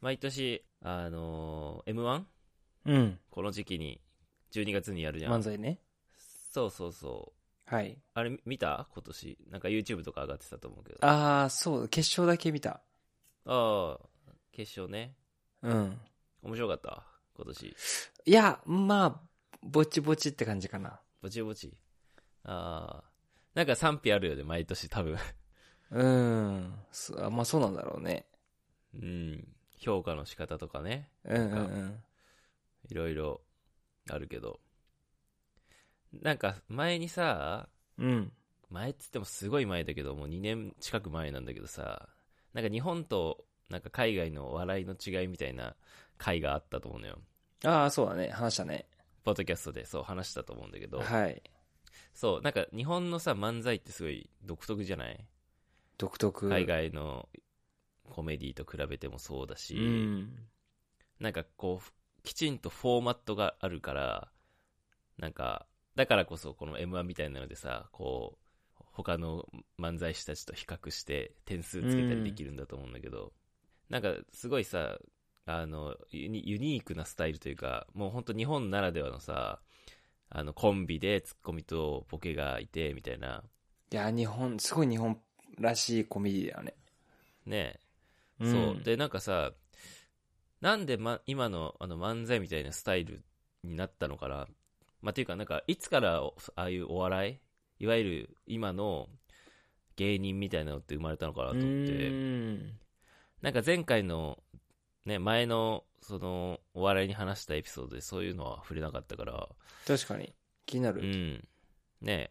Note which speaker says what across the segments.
Speaker 1: 毎年、あのー M1?
Speaker 2: うん。
Speaker 1: この時期に、12月にやるじゃん。
Speaker 2: 漫才ね。
Speaker 1: そうそうそう。
Speaker 2: はい。
Speaker 1: あれ見た今年。なんか YouTube とか上がってたと思うけど。あ
Speaker 2: あー、そう、決勝だけ見た。
Speaker 1: あー、決勝ね。
Speaker 2: うん。
Speaker 1: 面白かった。今年。
Speaker 2: いや、まあ、ぼちぼちって感じかな。
Speaker 1: ぼちぼち。ああ。なんか賛否あるよね、毎年多分。
Speaker 2: うん。そあまあ、そうなんだろうね。
Speaker 1: うん。評価の仕方とかね。
Speaker 2: うんうん
Speaker 1: な
Speaker 2: うん
Speaker 1: か
Speaker 2: ん。
Speaker 1: いろいろあるけど。なんか前にさ、
Speaker 2: うん。
Speaker 1: 前っつってもすごい前だけど、もう2年近く前なんだけどさ、なんか日本となんか海外の笑いの違いみたいな回があったと思うのよ。
Speaker 2: ああ、そうだね。話したね。
Speaker 1: ポッドキャストでそう話したと思うんだけど、
Speaker 2: はい。
Speaker 1: そう、なんか日本のさ、漫才ってすごい独特じゃない
Speaker 2: 独特。
Speaker 1: 海外のコメディと比べてもそうだし、
Speaker 2: うん。
Speaker 1: なんかこう、きちんとフォーマットがあるから、なんか、だからこそこの M1 みたいなのでさ、こう、他の漫才師たちと比較して点数つけたりできるんだと思うんだけど、なんかすごいさ、あの、ユニユニークなスタイルというか、もうほんと日本ならではのさ、あの、コンビでツッコミとボケがいて、みたいな、
Speaker 2: いや、日本、すごい日本らしいコメディだよね。
Speaker 1: ね、
Speaker 2: ん
Speaker 1: そう。で、なんかさ、なんで、ま、今のあの漫才みたいなスタイルになったのかな。まあ、ていうか、なんか、いつからおああいうお笑いいわゆる今の芸人みたいなのって生まれたのかなと思って。
Speaker 2: うん
Speaker 1: なんか前回の、ね、前の、その、お笑いに話したエピソードでそういうのは触れなかったから、
Speaker 2: 確かに。気にな
Speaker 1: う
Speaker 2: る。
Speaker 1: ん。ねえ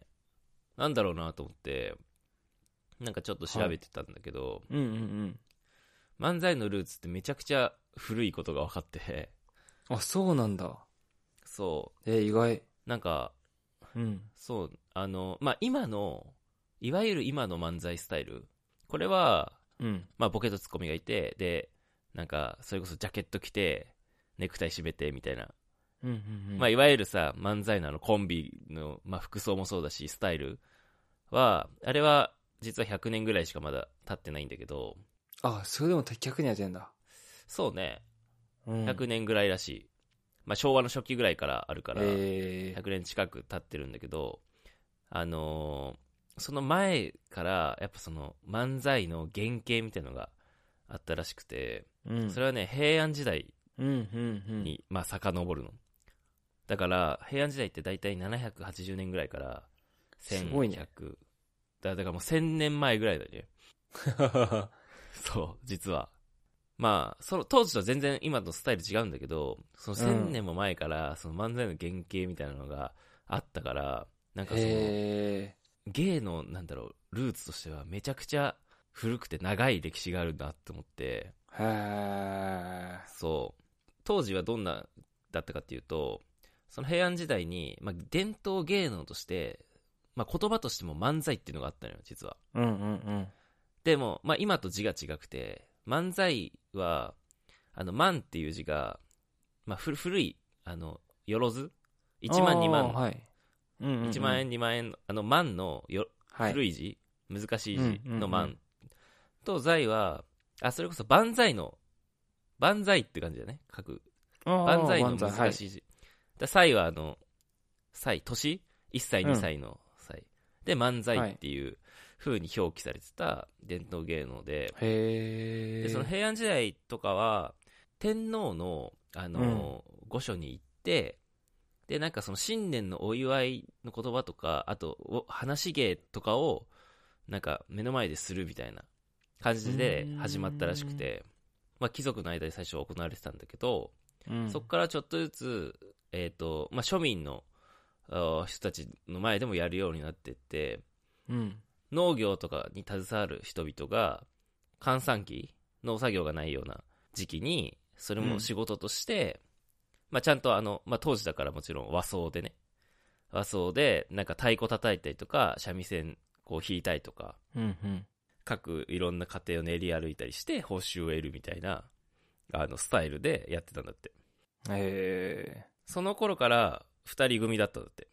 Speaker 1: なんだろうなと思って、なんかちょっと調べてたんだけど、
Speaker 2: うんうんうん。
Speaker 1: 漫才のルーツってめちゃくちゃ古いことが分かって、
Speaker 2: あ、そうなんだ。
Speaker 1: そ
Speaker 2: え、意外。
Speaker 1: う、なんか、
Speaker 2: うん。
Speaker 1: そう、あの、まあ、今の、いわゆる今の漫才スタイル、これは、
Speaker 2: うん。
Speaker 1: まあ、ボケとツッコミがいて、で、なんか、それこそジャケット着て、ネクタイ締めて、みたいな。
Speaker 2: うんうんうん。
Speaker 1: まあ、いわゆるさ、漫才のあのコンビの、まあ、服装もそうだし、スタイルは、あれは、実は100年ぐらいしかまだ経ってないんだけど、
Speaker 2: あ、それでも逆にやってんだ。
Speaker 1: そうね、
Speaker 2: うん
Speaker 1: 100年ぐらいらしい。まあ、昭和の初期ぐらいからあるから、
Speaker 2: えー
Speaker 1: 100年近く経ってるんだけど、あのーその前から、やっぱその漫才の原型みたいなのがあったらしくて、
Speaker 2: うん
Speaker 1: それはね、平安時代
Speaker 2: うんうんうん
Speaker 1: に、まあ、遡るの。だから、平安時代って大体780年ぐらいから、
Speaker 2: す
Speaker 1: 1100、
Speaker 2: ごいね
Speaker 1: だだからもう1000年前ぐらいだよね。 そう、実は。まあ、その当時とは全然今のスタイル違うんだけど、その1000年も前から、その漫才の原型みたいなのがあったから、なんかその、
Speaker 2: へ
Speaker 1: 芸の、なんだろう、ルーツとしてはめちゃくちゃ古くて長い歴史があるなって思って、
Speaker 2: ーへ
Speaker 1: そう。当時はどんなだったかっていうと、その平安時代に、まあ、伝統芸能として、まあ、言葉としても漫才っていうのがあったのよ、実は。
Speaker 2: ーうんうんうん
Speaker 1: でも、まあ、今と字が違くて、漫才は、あの、万っていう字が、まあ、ふ古い、あの、よろず ?1 万、
Speaker 2: あー
Speaker 1: 2万、
Speaker 2: はいうんうんうん
Speaker 1: 1万円、2万円、あの、万のよ、
Speaker 2: はい
Speaker 1: 古い字、難しい字の
Speaker 2: うんうんう
Speaker 1: 万と財は、あ、それこそ万歳の、万歳って感じだね、書く。
Speaker 2: あー
Speaker 1: 万歳の
Speaker 2: 万
Speaker 1: 難しい字。だ歳は、あの、歳、年 ?1 歳、
Speaker 2: うん
Speaker 1: 2歳の歳。で、漫才っていう風に表記されてた伝統芸能で、
Speaker 2: はいへ
Speaker 1: で
Speaker 2: え
Speaker 1: その平安時代とかは天皇の、あの御所に行ってでなんかその新年のお祝いの言葉とかあとお話芸とかをなんか目の前でするみたいな感じで始まったらしくて、まあ、貴族の間で最初は行われてたんだけど、そこからちょっとずつ、えーとまあ、庶民のあー人たちの前でもやるようになってって
Speaker 2: うん
Speaker 1: 農業とかに携わる人々が閑散期農作業がないような時期にそれも仕事として、まあ、ちゃんとあの、まあ、当時だからもちろん和装でね和装でなんか太鼓叩いたりとか三味線こう弾いたりとか
Speaker 2: うんうん
Speaker 1: 各いろんな家庭を練り歩いたりして報酬を得るみたいなあのスタイルでやってたんだって
Speaker 2: へ
Speaker 1: その頃から2人組だったんだって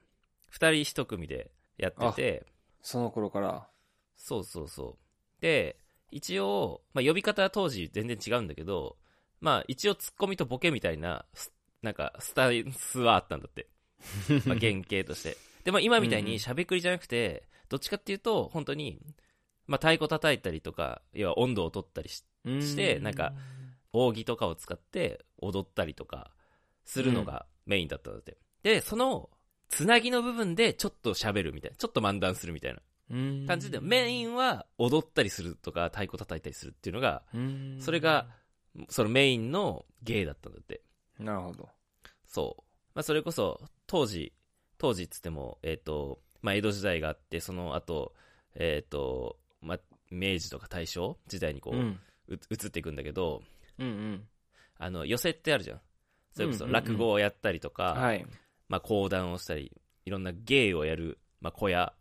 Speaker 1: 2人1組でやってて
Speaker 2: ーその頃から
Speaker 1: そうそうそう。で、一応、まあ、呼び方は当時全然違うんだけど、まあ一応ツッコミとボケみたいな、スなんかスタイスはあったんだって。まあ原型として。でも今みたいにしゃべくりじゃなくて、どっちかっていうと、本当に、まあ太鼓叩いたりとか、要は温度を取ったりし、してなんか、扇とかを使って踊ったりとかするのがメインだったんだって。で、その、つなぎの部分でちょっと喋るみたいな。ちょっと漫談するみたいな感じで、メイ
Speaker 2: ン、
Speaker 1: ンは踊ったりするとか、太鼓叩いたりするっていうのが、
Speaker 2: うん
Speaker 1: それが、そのメインの芸だったんだって。
Speaker 2: なるほど。
Speaker 1: そう。まあ、それこそ、当時、当時っつっても、えっ、と、まあ、江戸時代があって、その後、えっ、と、まあ、明治とか大正時代にこう、
Speaker 2: うん
Speaker 1: う移っていくんだけど、
Speaker 2: うんうん。
Speaker 1: あの、寄席ってあるじゃん。それこそ
Speaker 2: うんうんうん
Speaker 1: 落語をやったりとか、
Speaker 2: はい。
Speaker 1: まあ、講談をしたり、いろんな芸をやる、まあ、小屋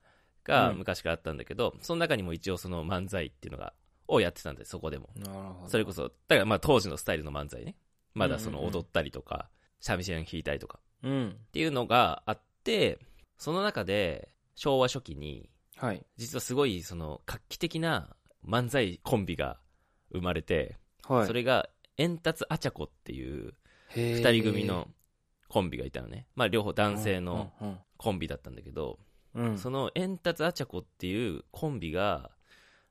Speaker 1: が
Speaker 2: うん
Speaker 1: 昔からあったんだけど、その中にも一応その漫才っていうのが、をやってたんで、そこでも。
Speaker 2: なるほど。
Speaker 1: それこそ、だからまあ当時のスタイルの漫才ね。まだそ
Speaker 2: うん
Speaker 1: の
Speaker 2: うんうん
Speaker 1: 踊ったりとか、三味線弾いたりとか
Speaker 2: うん。
Speaker 1: っていうのがあって、その中で昭和初期に、
Speaker 2: はい。
Speaker 1: 実はすごいその画期的な漫才コンビが生まれて、
Speaker 2: はい。
Speaker 1: それが、円達あちゃこっていう
Speaker 2: 二
Speaker 1: 二人組のコンビがいたのね。まあ両方男性のコンビだったんだけど、
Speaker 2: うん、うん。
Speaker 1: その円達あちゃこっていうコンビが、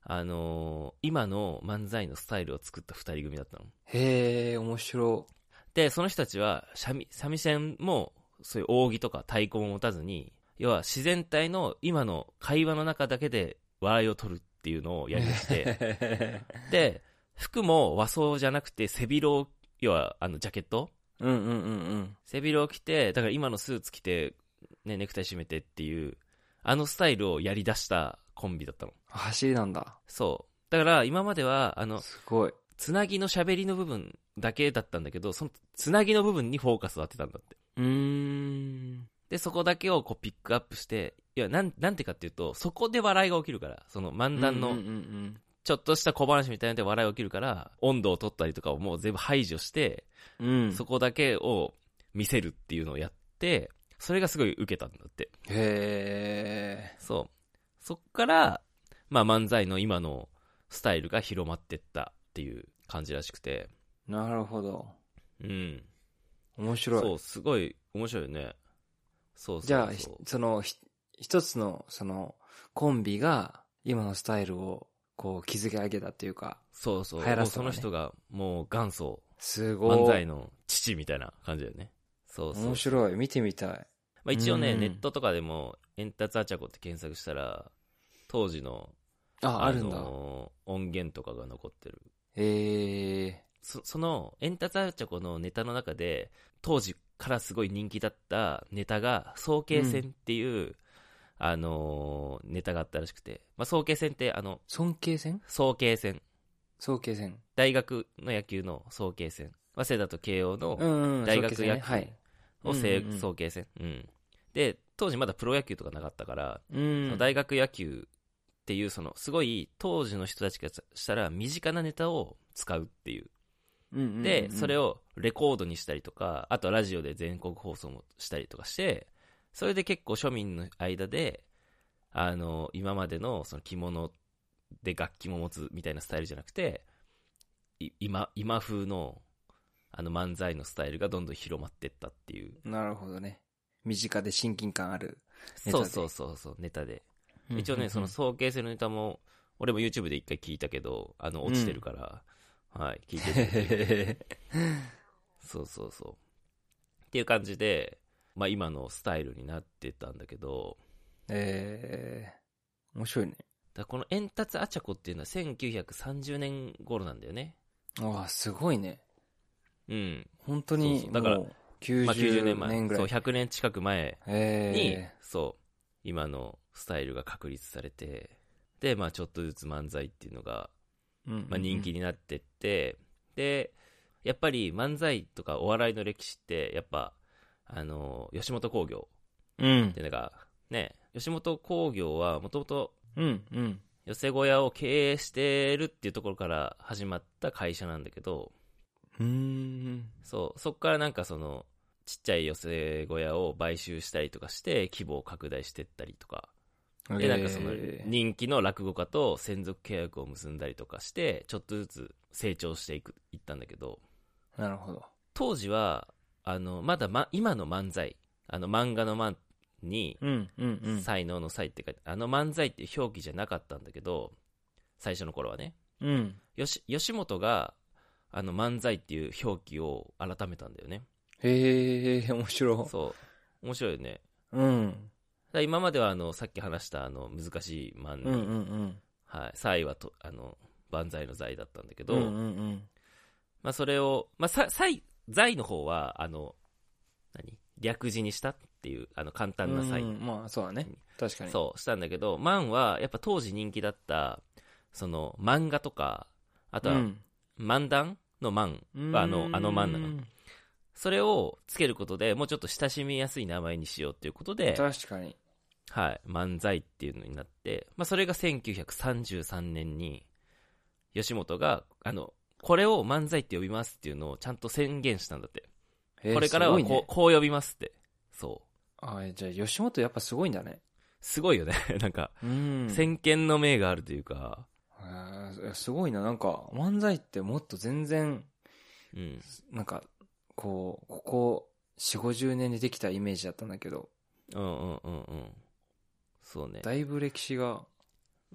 Speaker 1: あのー今の漫才のスタイルを作った二人組だったの。
Speaker 2: へえ、面白
Speaker 1: で、その人たちは三味三味線もそういう扇とか太鼓も持たずに、要は自然体の今の会話の中だけで笑いを取るっていうのをやりまし
Speaker 2: い。
Speaker 1: て、で、服も和装じゃなくて背広を、要はあのジャケット
Speaker 2: うんうんうん
Speaker 1: 背広を着て、だから今のスーツ着て、ね、ネクタイ締めてっていう、あのスタイルをやり出したコンビだったの。
Speaker 2: うん。走りなんだ。
Speaker 1: そう。だから今までは、あの、
Speaker 2: すごい。
Speaker 1: つなぎの喋りの部分だけだったんだけど、そのつなぎの部分にフォーカスを当てたんだって。
Speaker 2: うーん。
Speaker 1: で、そこだけをこうピックアップして、いや、なん、なんてかっていうと、そこで笑いが起きるから、その漫談
Speaker 2: うんう
Speaker 1: の
Speaker 2: んうん
Speaker 1: ちょっとした小話みたいなので笑い起きるから、温度を取ったりとかをもう全部排除して、
Speaker 2: うん。うん
Speaker 1: そこだけを見せるっていうのをやって、それがすごい受けたんだって。
Speaker 2: へえ。
Speaker 1: そう。そっから、まあ漫才の今のスタイルが広まってったっていう感じらしくて、
Speaker 2: なるほど。
Speaker 1: うん。
Speaker 2: 面白い。
Speaker 1: そう、すごい面白いよね。そうそうそう。
Speaker 2: じゃあ、ひその、ひ一つの、その、コンビが、今のスタイルを、こう、築き上げたっていうか、
Speaker 1: そうそう。
Speaker 2: 流行
Speaker 1: も
Speaker 2: ら
Speaker 1: う
Speaker 2: せた
Speaker 1: そ
Speaker 2: のね
Speaker 1: の人がもう元祖
Speaker 2: すごい。
Speaker 1: 漫才の父みたいな感じだよね。そうそう。
Speaker 2: 面白い。見てみたい。
Speaker 1: まあ、一応ね、
Speaker 2: うん
Speaker 1: ネットとかでも、エンタツアチャコって検索したら、当時の、
Speaker 2: あ、あるんだ。
Speaker 1: の音源とかが残ってる。
Speaker 2: へえ。
Speaker 1: そその、エンタツアチャコのネタの中で、当時からすごい人気だったネタが、総慶戦っていう、あのーネタがあったらしくて、まあ、総慶戦って、あの、
Speaker 2: 尊敬戦
Speaker 1: 総慶戦。
Speaker 2: 総慶戦。
Speaker 1: 大学の野球の総慶戦。早稲田と慶応の、
Speaker 2: うん、うん。
Speaker 1: 大学
Speaker 2: 尊敬戦ね
Speaker 1: 野球
Speaker 2: はい。
Speaker 1: をせ
Speaker 2: うんうんうん
Speaker 1: 総慶戦、うんで当時まだプロ野球とかなかったから、
Speaker 2: う
Speaker 1: その
Speaker 2: ん。
Speaker 1: 大学野球っていうそのすごい当時の人たちがしたら身近なネタを使うっていうで、それ
Speaker 2: を、
Speaker 1: をレコードにしたりとかあとラジオで全国放送もしたりとかしてそれで結構庶民の間であの今までのその着物で楽器も持つみたいなスタイルじゃなくてい今今風のあの漫才のスタイルがどんどん広まってったっていう
Speaker 2: なるほどね。身近で親近感ある。ネタ
Speaker 1: そ
Speaker 2: で
Speaker 1: うそうそうそう、ネタで。一応ね、その
Speaker 2: そ
Speaker 1: 総計性のネタも、俺も YouTube で一回聞いたけど、あの、落ちてるから、はい、聞いてみてください そうそうそう。っていう感じで、まあ今のスタイルになってたんだけど、
Speaker 2: えー、面白いね。
Speaker 1: だからこの円達アチャコっていうのは1930年頃なんだよね。
Speaker 2: わあ、すごいね。
Speaker 1: うん。
Speaker 2: 本当
Speaker 1: そ
Speaker 2: に
Speaker 1: うそ、う
Speaker 2: だ
Speaker 1: だから
Speaker 2: か
Speaker 1: ら、まあ90
Speaker 2: 90
Speaker 1: 年前。
Speaker 2: 年ぐら
Speaker 1: そ、。
Speaker 2: いう
Speaker 1: 100年近く前に、
Speaker 2: え
Speaker 1: そう、今のスタイルが確立されて、で、まあちょっとずつ漫才っていうのが
Speaker 2: えー。
Speaker 1: まあ、人気
Speaker 2: に。
Speaker 1: になってって、でやっぱり漫才とかお笑いの歴史ってやっぱあの吉本興業
Speaker 2: うん
Speaker 1: って。なんかね吉本興業はもともと
Speaker 2: うん、うん。
Speaker 1: 寄せ小屋を経営してるっていうところから始まった会社なんだけど
Speaker 2: うーん。
Speaker 1: そうそこからなんかそのちっちゃい寄せ小屋を買収したりとかして規模を拡大してったりとかでなんかその
Speaker 2: えー
Speaker 1: 人気の落語家と専属契約を結んだりとかしてちょっとずつ成長していくいったんだけど
Speaker 2: なるほど。
Speaker 1: 当時は、あの、まだ、ま、今の漫才、あの、漫画の漫に、
Speaker 2: うん、うん、うん。
Speaker 1: 才能の才って書いて、あの漫才っていう表記じゃなかったんだけど、最初の頃はね。
Speaker 2: うん。
Speaker 1: よし、吉本が、あの漫才っていう表記を改めたんだよね。
Speaker 2: へえ、面白
Speaker 1: そう。面白いよね。
Speaker 2: い。うん。
Speaker 1: だから今までは、あの、さっき話した、あの、難しい漫
Speaker 2: うん、
Speaker 1: 画、
Speaker 2: うん、うん。
Speaker 1: はい。才はと、あの、万歳の財だったんだけど、
Speaker 2: うん、うん、
Speaker 1: まあそれを、まあ、さ、才、財の方は、あの、何略字にしたっていう、あの、簡
Speaker 2: う
Speaker 1: 単
Speaker 2: ん。
Speaker 1: な才。
Speaker 2: うんまあ、そうだね。確かに。
Speaker 1: そう、したんだけど、漫は、やっぱ当時人気だった、その、漫画とか、あとは、漫談の漫、
Speaker 2: うん。
Speaker 1: あのあの漫なの
Speaker 2: うん
Speaker 1: それをつけることでもうちょっと親しみやすい名前にしようっていうことで、
Speaker 2: 確かに。
Speaker 1: はい、漫才っていうのになって、まあ、それが1933年に、吉本が、あの、これを漫才って呼びますっていうのをちゃんと宣言したんだって。
Speaker 2: へー
Speaker 1: これからはこ
Speaker 2: す
Speaker 1: う,、
Speaker 2: ごいね
Speaker 1: こう呼びますって。そう。
Speaker 2: あじゃあ、吉本やっぱすごいんだね。
Speaker 1: すごいよね。 なんか、
Speaker 2: うん
Speaker 1: 先見の明があるというか、
Speaker 2: あーすごいな。なんか、漫才ってもっと全然、
Speaker 1: うん。
Speaker 2: なんか、こう、ここ、4、50年でできたイメージだったんだけど、
Speaker 1: うんうんうんうん。そうね。
Speaker 2: だいぶ歴史が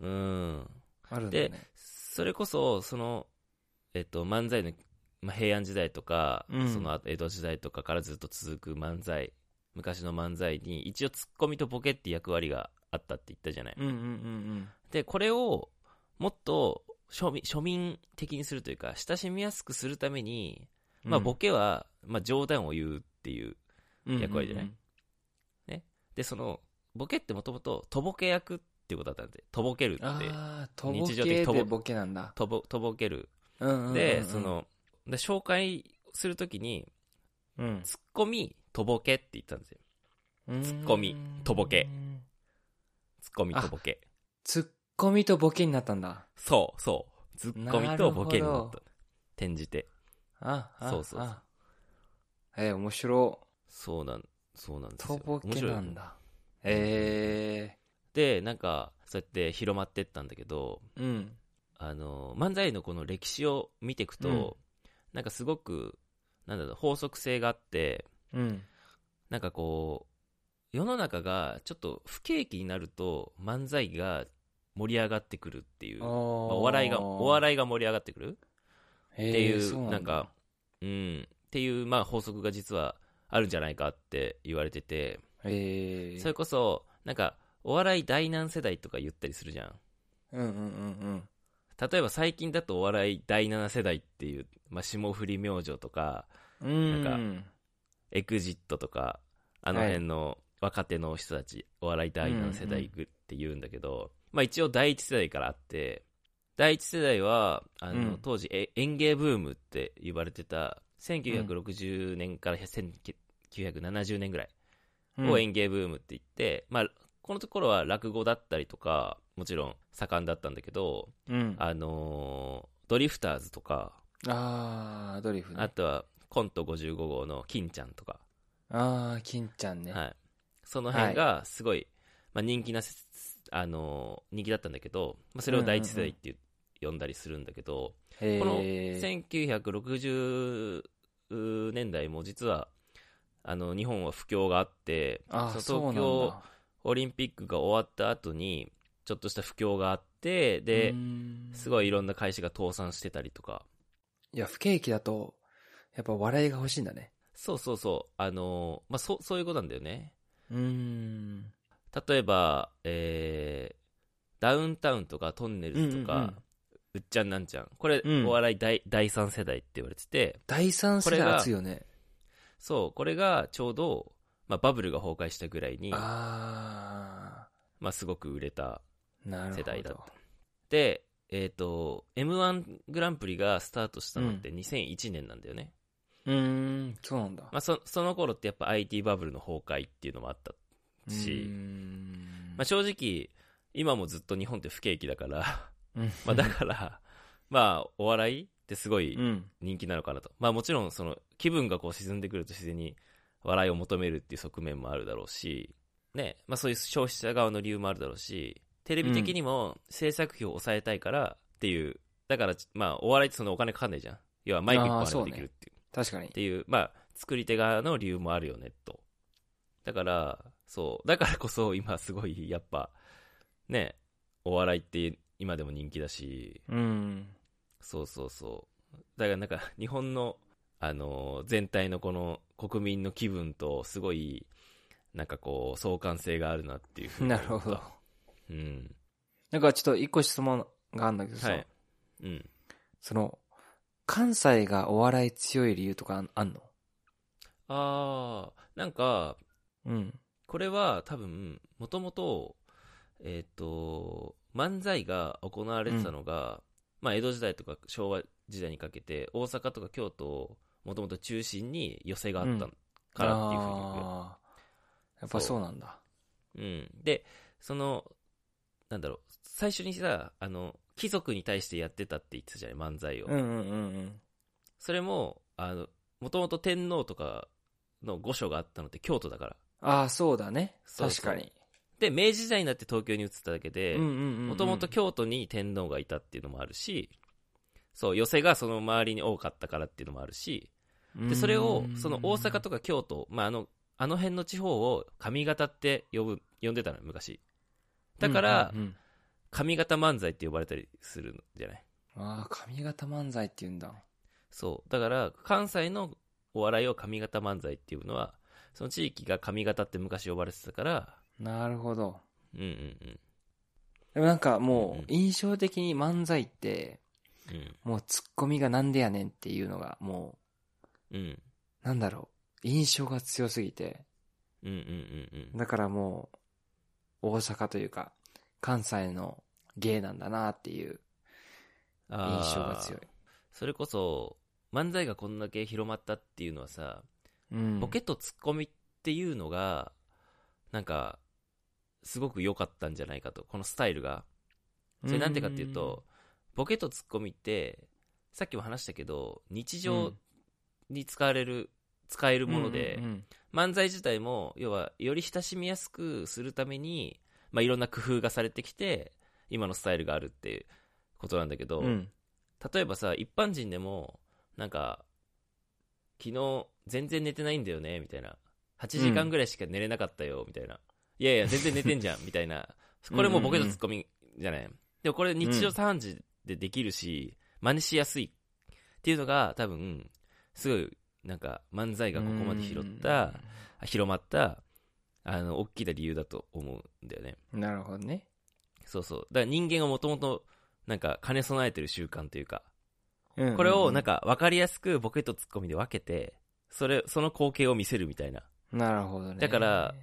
Speaker 1: うん。
Speaker 2: あるんだね。
Speaker 1: それこそ、その、えっと、漫才の、まあ、平安時代とか、
Speaker 2: うん
Speaker 1: その後江戸時代とかからずっと続く漫才、昔の漫才に、一応ツッコミとボケって役割があったって言ったじゃない。
Speaker 2: うんうんうん
Speaker 1: で、これを、もっと庶民、庶民的にするというか、親しみやすくするために、
Speaker 2: うん。
Speaker 1: まあ、ボケは、まあ、冗談を言うっていう。
Speaker 2: うん
Speaker 1: 役割じゃないで、その、ボケってもともと、とぼけ役っていうことだったんで、とぼけるって、
Speaker 2: ああ、とぼ
Speaker 1: 日常
Speaker 2: け
Speaker 1: 的とぼ
Speaker 2: でボケなんだ。
Speaker 1: とぼ、とぼける。
Speaker 2: うんうんうんうん
Speaker 1: で、そ、の、で紹介するときに、
Speaker 2: うん
Speaker 1: ツッコミ、とぼけって言ったんですよ。ツッコミとぼけ。
Speaker 2: うん
Speaker 1: ツッコミとぼけ。
Speaker 2: ツッコミとボケになったんだ。
Speaker 1: そう、そう。ツッコミとボケにな
Speaker 2: なる
Speaker 1: っ
Speaker 2: ほ
Speaker 1: た。転じて。
Speaker 2: あ、あ
Speaker 1: そうそうそう
Speaker 2: あえー、面白。
Speaker 1: そうなん、そうなんです
Speaker 2: と
Speaker 1: よ。
Speaker 2: ぼけなんだ。
Speaker 1: 白いよね
Speaker 2: え
Speaker 1: 面白い。で、なんか、そうやって広まってったんだけど、
Speaker 2: えー、うん。
Speaker 1: あの、漫才のこの歴史を見ていくと、
Speaker 2: うん
Speaker 1: なんかすごく、なんだろう、法則性があって、
Speaker 2: うん。
Speaker 1: なんかこう、世の中がちょっと不景気になると漫才が盛り上がってくるっていう、まあお
Speaker 2: お
Speaker 1: 笑いが、お
Speaker 2: い
Speaker 1: 笑いが盛り上がってくる
Speaker 2: っ
Speaker 1: っていう、なんか、うん、っていう、まあ、法則が実はあるんじゃないかって言われてて、
Speaker 2: ええ
Speaker 1: それこそ、なんか、お笑い第何世代とか言ったりするじゃん。
Speaker 2: うんうんうん
Speaker 1: 例えば最近だとお笑い第7世代っていう、まあ、霜降り明星とか、
Speaker 2: うんうん
Speaker 1: な
Speaker 2: うん
Speaker 1: エクジットとか、あの辺の若手の人たち、お笑い第7世代ぐって言うんだけど、まあ一応第一世代からあって、第一世代は、あの、
Speaker 2: うん
Speaker 1: 当時え演芸ブームって言われてた、1960年から1970年ぐらい
Speaker 2: うん
Speaker 1: を演芸ブームって言って、まあ、このところは落語だったりとか、もちろん盛んだったんだけど、
Speaker 2: うん
Speaker 1: あのードリフターズとか、
Speaker 2: あードリフね
Speaker 1: あとはコント55号の金ちゃんとか、
Speaker 2: あー金ちゃんね
Speaker 1: はい、その辺がすごい、まあ、人気なせ、あのー人気だったんだけど、まあ、それを第一世代っていう呼んだりするんだけど、
Speaker 2: え
Speaker 1: この
Speaker 2: ー
Speaker 1: 1960年代も実はあの日本は不況があって
Speaker 2: あー
Speaker 1: その
Speaker 2: そうなん
Speaker 1: 東京
Speaker 2: だ
Speaker 1: オリンピックが終わった後にちょっとした不況があってで、す
Speaker 2: い
Speaker 1: ごいいろんな会社が倒産してたりとか
Speaker 2: いや不景気だとやっぱ笑いが欲しいんだね
Speaker 1: そうそうそうあのー、まあ、そそういうことなんだよね
Speaker 2: うん
Speaker 1: 例えば、えーダウンタウンとかトンネルズとか、う
Speaker 2: うんうんうん
Speaker 1: っちゃんなんちゃんこれ、
Speaker 2: うん
Speaker 1: お笑い第第3世代って言われてて
Speaker 2: 第三世
Speaker 1: これ
Speaker 2: 代
Speaker 1: が
Speaker 2: 熱いよね
Speaker 1: そうこれがちょうど、まあ、バブルが崩壊したぐらいに
Speaker 2: あ
Speaker 1: まあ、すごく売れた
Speaker 2: ーなるほど
Speaker 1: 世代だったでえっ、と m 1グランプリがスタートしたのって2001年なんだよね、
Speaker 2: うーんそうなんだ
Speaker 1: まあ、そその頃ってやっぱ IT バブルの崩壊っていうのもあった、し
Speaker 2: うーん
Speaker 1: まあ、正直今もずっと日本って不景気だから
Speaker 2: うん
Speaker 1: まあだからまあお笑いってすごい、
Speaker 2: うん
Speaker 1: 人気なのかなと。まあもちろんその気分がこう沈んでくると自然に笑いを求めるっていう側面もあるだろうし、ね、まあそういう消費者側の理由もあるだろうし、テレビ的にも制作費を抑えたいからっていう、だからまあお笑いってそのお金かかんないじゃん。要はマイク1個あればできるっていう。
Speaker 2: 確かに
Speaker 1: っ。ていう、まあ、作り手側の理由もあるよね、と。だから、そう。だからこそ、今すごい、やっぱ、ね、お笑いって今でも人気だし、
Speaker 2: うん。
Speaker 1: そうそうそう。だからなんか、日本の、あのー全体のこの国民の気分と、すごい、なんかこう、相関性があるなっていうふうに
Speaker 2: な
Speaker 1: 思った
Speaker 2: るほど。。
Speaker 1: うん。
Speaker 2: なんかちょっと一個質問があるんだけどさ、
Speaker 1: はい。うん。
Speaker 2: その、関西がお笑い強い理由とかああんの
Speaker 1: あー、なんか、
Speaker 2: うん。
Speaker 1: これは多分、もともと、えっ、と、漫才が行われてたのが、まあ、江戸時代とか昭和時代にかけて、大阪とか京都をもともと中心に寄せがあった
Speaker 2: うん
Speaker 1: からっていうふうに言う
Speaker 2: あーやっぱそうなんだ。
Speaker 1: うん、でそのなんだろう最初にさあの貴族に対してやってたって言ってたじゃない漫才を、
Speaker 2: うんうんうん
Speaker 1: それもあのもともと天皇とかの御所があったのって京都だから
Speaker 2: ああ、そうだね。
Speaker 1: そう
Speaker 2: 確
Speaker 1: そう
Speaker 2: かに。
Speaker 1: で明治時代になって東京に移っただけで
Speaker 2: も
Speaker 1: もともと京都に天皇がいたっていうのもあるしそう寄席がその周りに多かったからっていうのもあるしでそれをその大阪とか京都、まあ、あのあの辺の地方を上方って呼ぶ呼んでたのよ昔だから、
Speaker 2: うんうんうん
Speaker 1: 髪型漫才って呼ばれたりするんじゃない
Speaker 2: ああ、髪型漫才って言うんだ。
Speaker 1: そうだから関西のお笑いを髪型漫才っていうのはその地域が髪型って昔呼ばれてたから
Speaker 2: なるほど。
Speaker 1: うんうん
Speaker 2: でもなんか
Speaker 1: う
Speaker 2: も
Speaker 1: んう
Speaker 2: う
Speaker 1: ん
Speaker 2: 印象的に漫才って、
Speaker 1: うん
Speaker 2: もうツッコミがなんでやねんっていうのがも
Speaker 1: うんうん
Speaker 2: う、なんだろう、印象が強すぎて、
Speaker 1: うんうんうんうん
Speaker 2: だからもう、大阪というか、関西の芸なんだなっていう
Speaker 1: あー
Speaker 2: 印象が強い。
Speaker 1: それこそ漫才がこんだけ広まったっていうのはさ
Speaker 2: うん。
Speaker 1: ボケとツッコミっていうのがなんかすごく良かったんじゃないかとこのスタイルがそれなんでかっていうと、ボケとツッコミって、さっきも話したけど、日常に使われる、使える
Speaker 2: うん、
Speaker 1: もので、
Speaker 2: うんうん
Speaker 1: 漫才自体も、要は、より親しみやすくするために、まあ、いろんな工夫がされてきて、今のスタイルがあるっていうことなんだけど、
Speaker 2: うん、うん
Speaker 1: 例えばさ、一般人でも、なんか、昨日、全然寝てないんだよね、みたいな。8時間ぐらいしか寝れなかったよ、みたいな。いやいや、全然寝てんじゃん、みたいな。これもボケとツッコミじゃない。でもこれ日常
Speaker 2: うん
Speaker 1: 3時でできるし、真似しやすいっていうのが多分、すごい、なんか漫才がここまで拾った、広まった、あの、大きな理由だと思うんだよね。
Speaker 2: うんなるほどね。
Speaker 1: そうそう。だから人間がもともと、なんか兼ね備えてる習慣というか、
Speaker 2: うん
Speaker 1: これをなん、か分かりやすくボケとツッコミで分けて、それ、その光景を見せるみたいな。
Speaker 2: なるほどね。
Speaker 1: だから、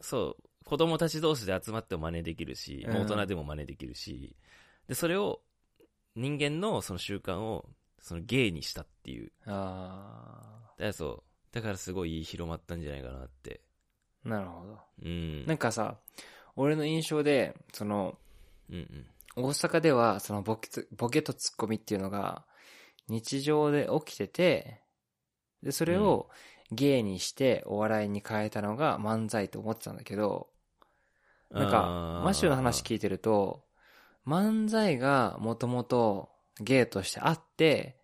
Speaker 1: そう、子供たち同士で集まっても真似できるし、
Speaker 2: うん
Speaker 1: 大人でも真似できるし、で、それを、人間のその習慣を、その芸にしたっていう。
Speaker 2: あ
Speaker 1: だからそう、だからすごい広まったんじゃないかなって。
Speaker 2: あ、なるほど。
Speaker 1: うん。
Speaker 2: なんかさ、俺の印象で、その、
Speaker 1: うんうん。
Speaker 2: 大阪では、そのボケつ、ボケとツッコミっていうのが、日常で起きてて、で、それを芸にしてお笑いに変えたのが漫才と思ってたんだけど、なんか
Speaker 1: あ、ー
Speaker 2: マッシュの話聞いてると、漫才がもともと芸としてあって、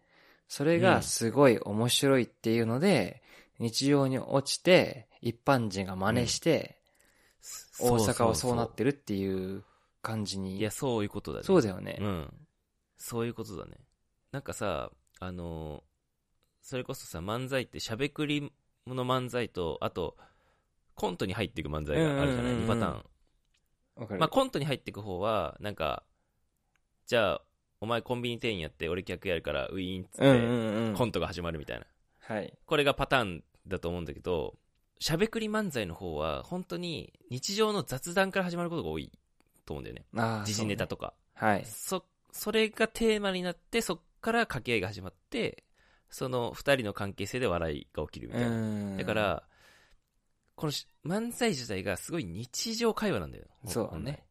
Speaker 2: それがすごい面白いっていうので、日常に落ちて、一般人が真似して、大阪はそうなって
Speaker 1: る。
Speaker 2: るっていう感じに。
Speaker 1: いや、そういうことだね。
Speaker 2: そうだよね。
Speaker 1: うん。そういうことだね。なんかさ、あのーそれこそさ、漫才ってしゃべくりの漫才と、あと、コントに入っていく漫才があるじゃない、
Speaker 2: うんうん
Speaker 1: 2
Speaker 2: うんうん
Speaker 1: パターン。
Speaker 2: わかる。
Speaker 1: まあ、コントに入っていく方は、なんか、じゃあ、お前コンビニ店員やって、俺客やるから、ウィーンっつ
Speaker 2: うんう
Speaker 1: って、
Speaker 2: んうん。
Speaker 1: コントが始まるみたいな。
Speaker 2: はい。
Speaker 1: これがパターンだと思うんだけど、しゃべくり漫才の方は、本当に日常の雑談から始まることが多いと思うんだよね。
Speaker 2: ああ。
Speaker 1: 時事ネタとか。
Speaker 2: そうね。はい。
Speaker 1: そそれがテーマになってそっから掛け合いが始まってその2人の関係性で笑いが起きるみたいな、
Speaker 2: うん
Speaker 1: だか、らこのし漫才自体がすごい日常会話なんだよ
Speaker 2: そうだ
Speaker 1: 本
Speaker 2: ね
Speaker 1: 来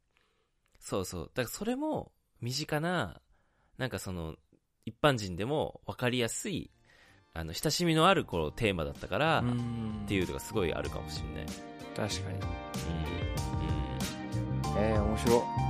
Speaker 1: そうそうだからそれも身近ななんかその一般人でも分かりやすいあの親しみのあるこのテーマだったから、っ
Speaker 2: って
Speaker 1: いう。のがすごいあるかもしれない、うん
Speaker 2: 確かに。
Speaker 1: うん
Speaker 2: ええ、面白い。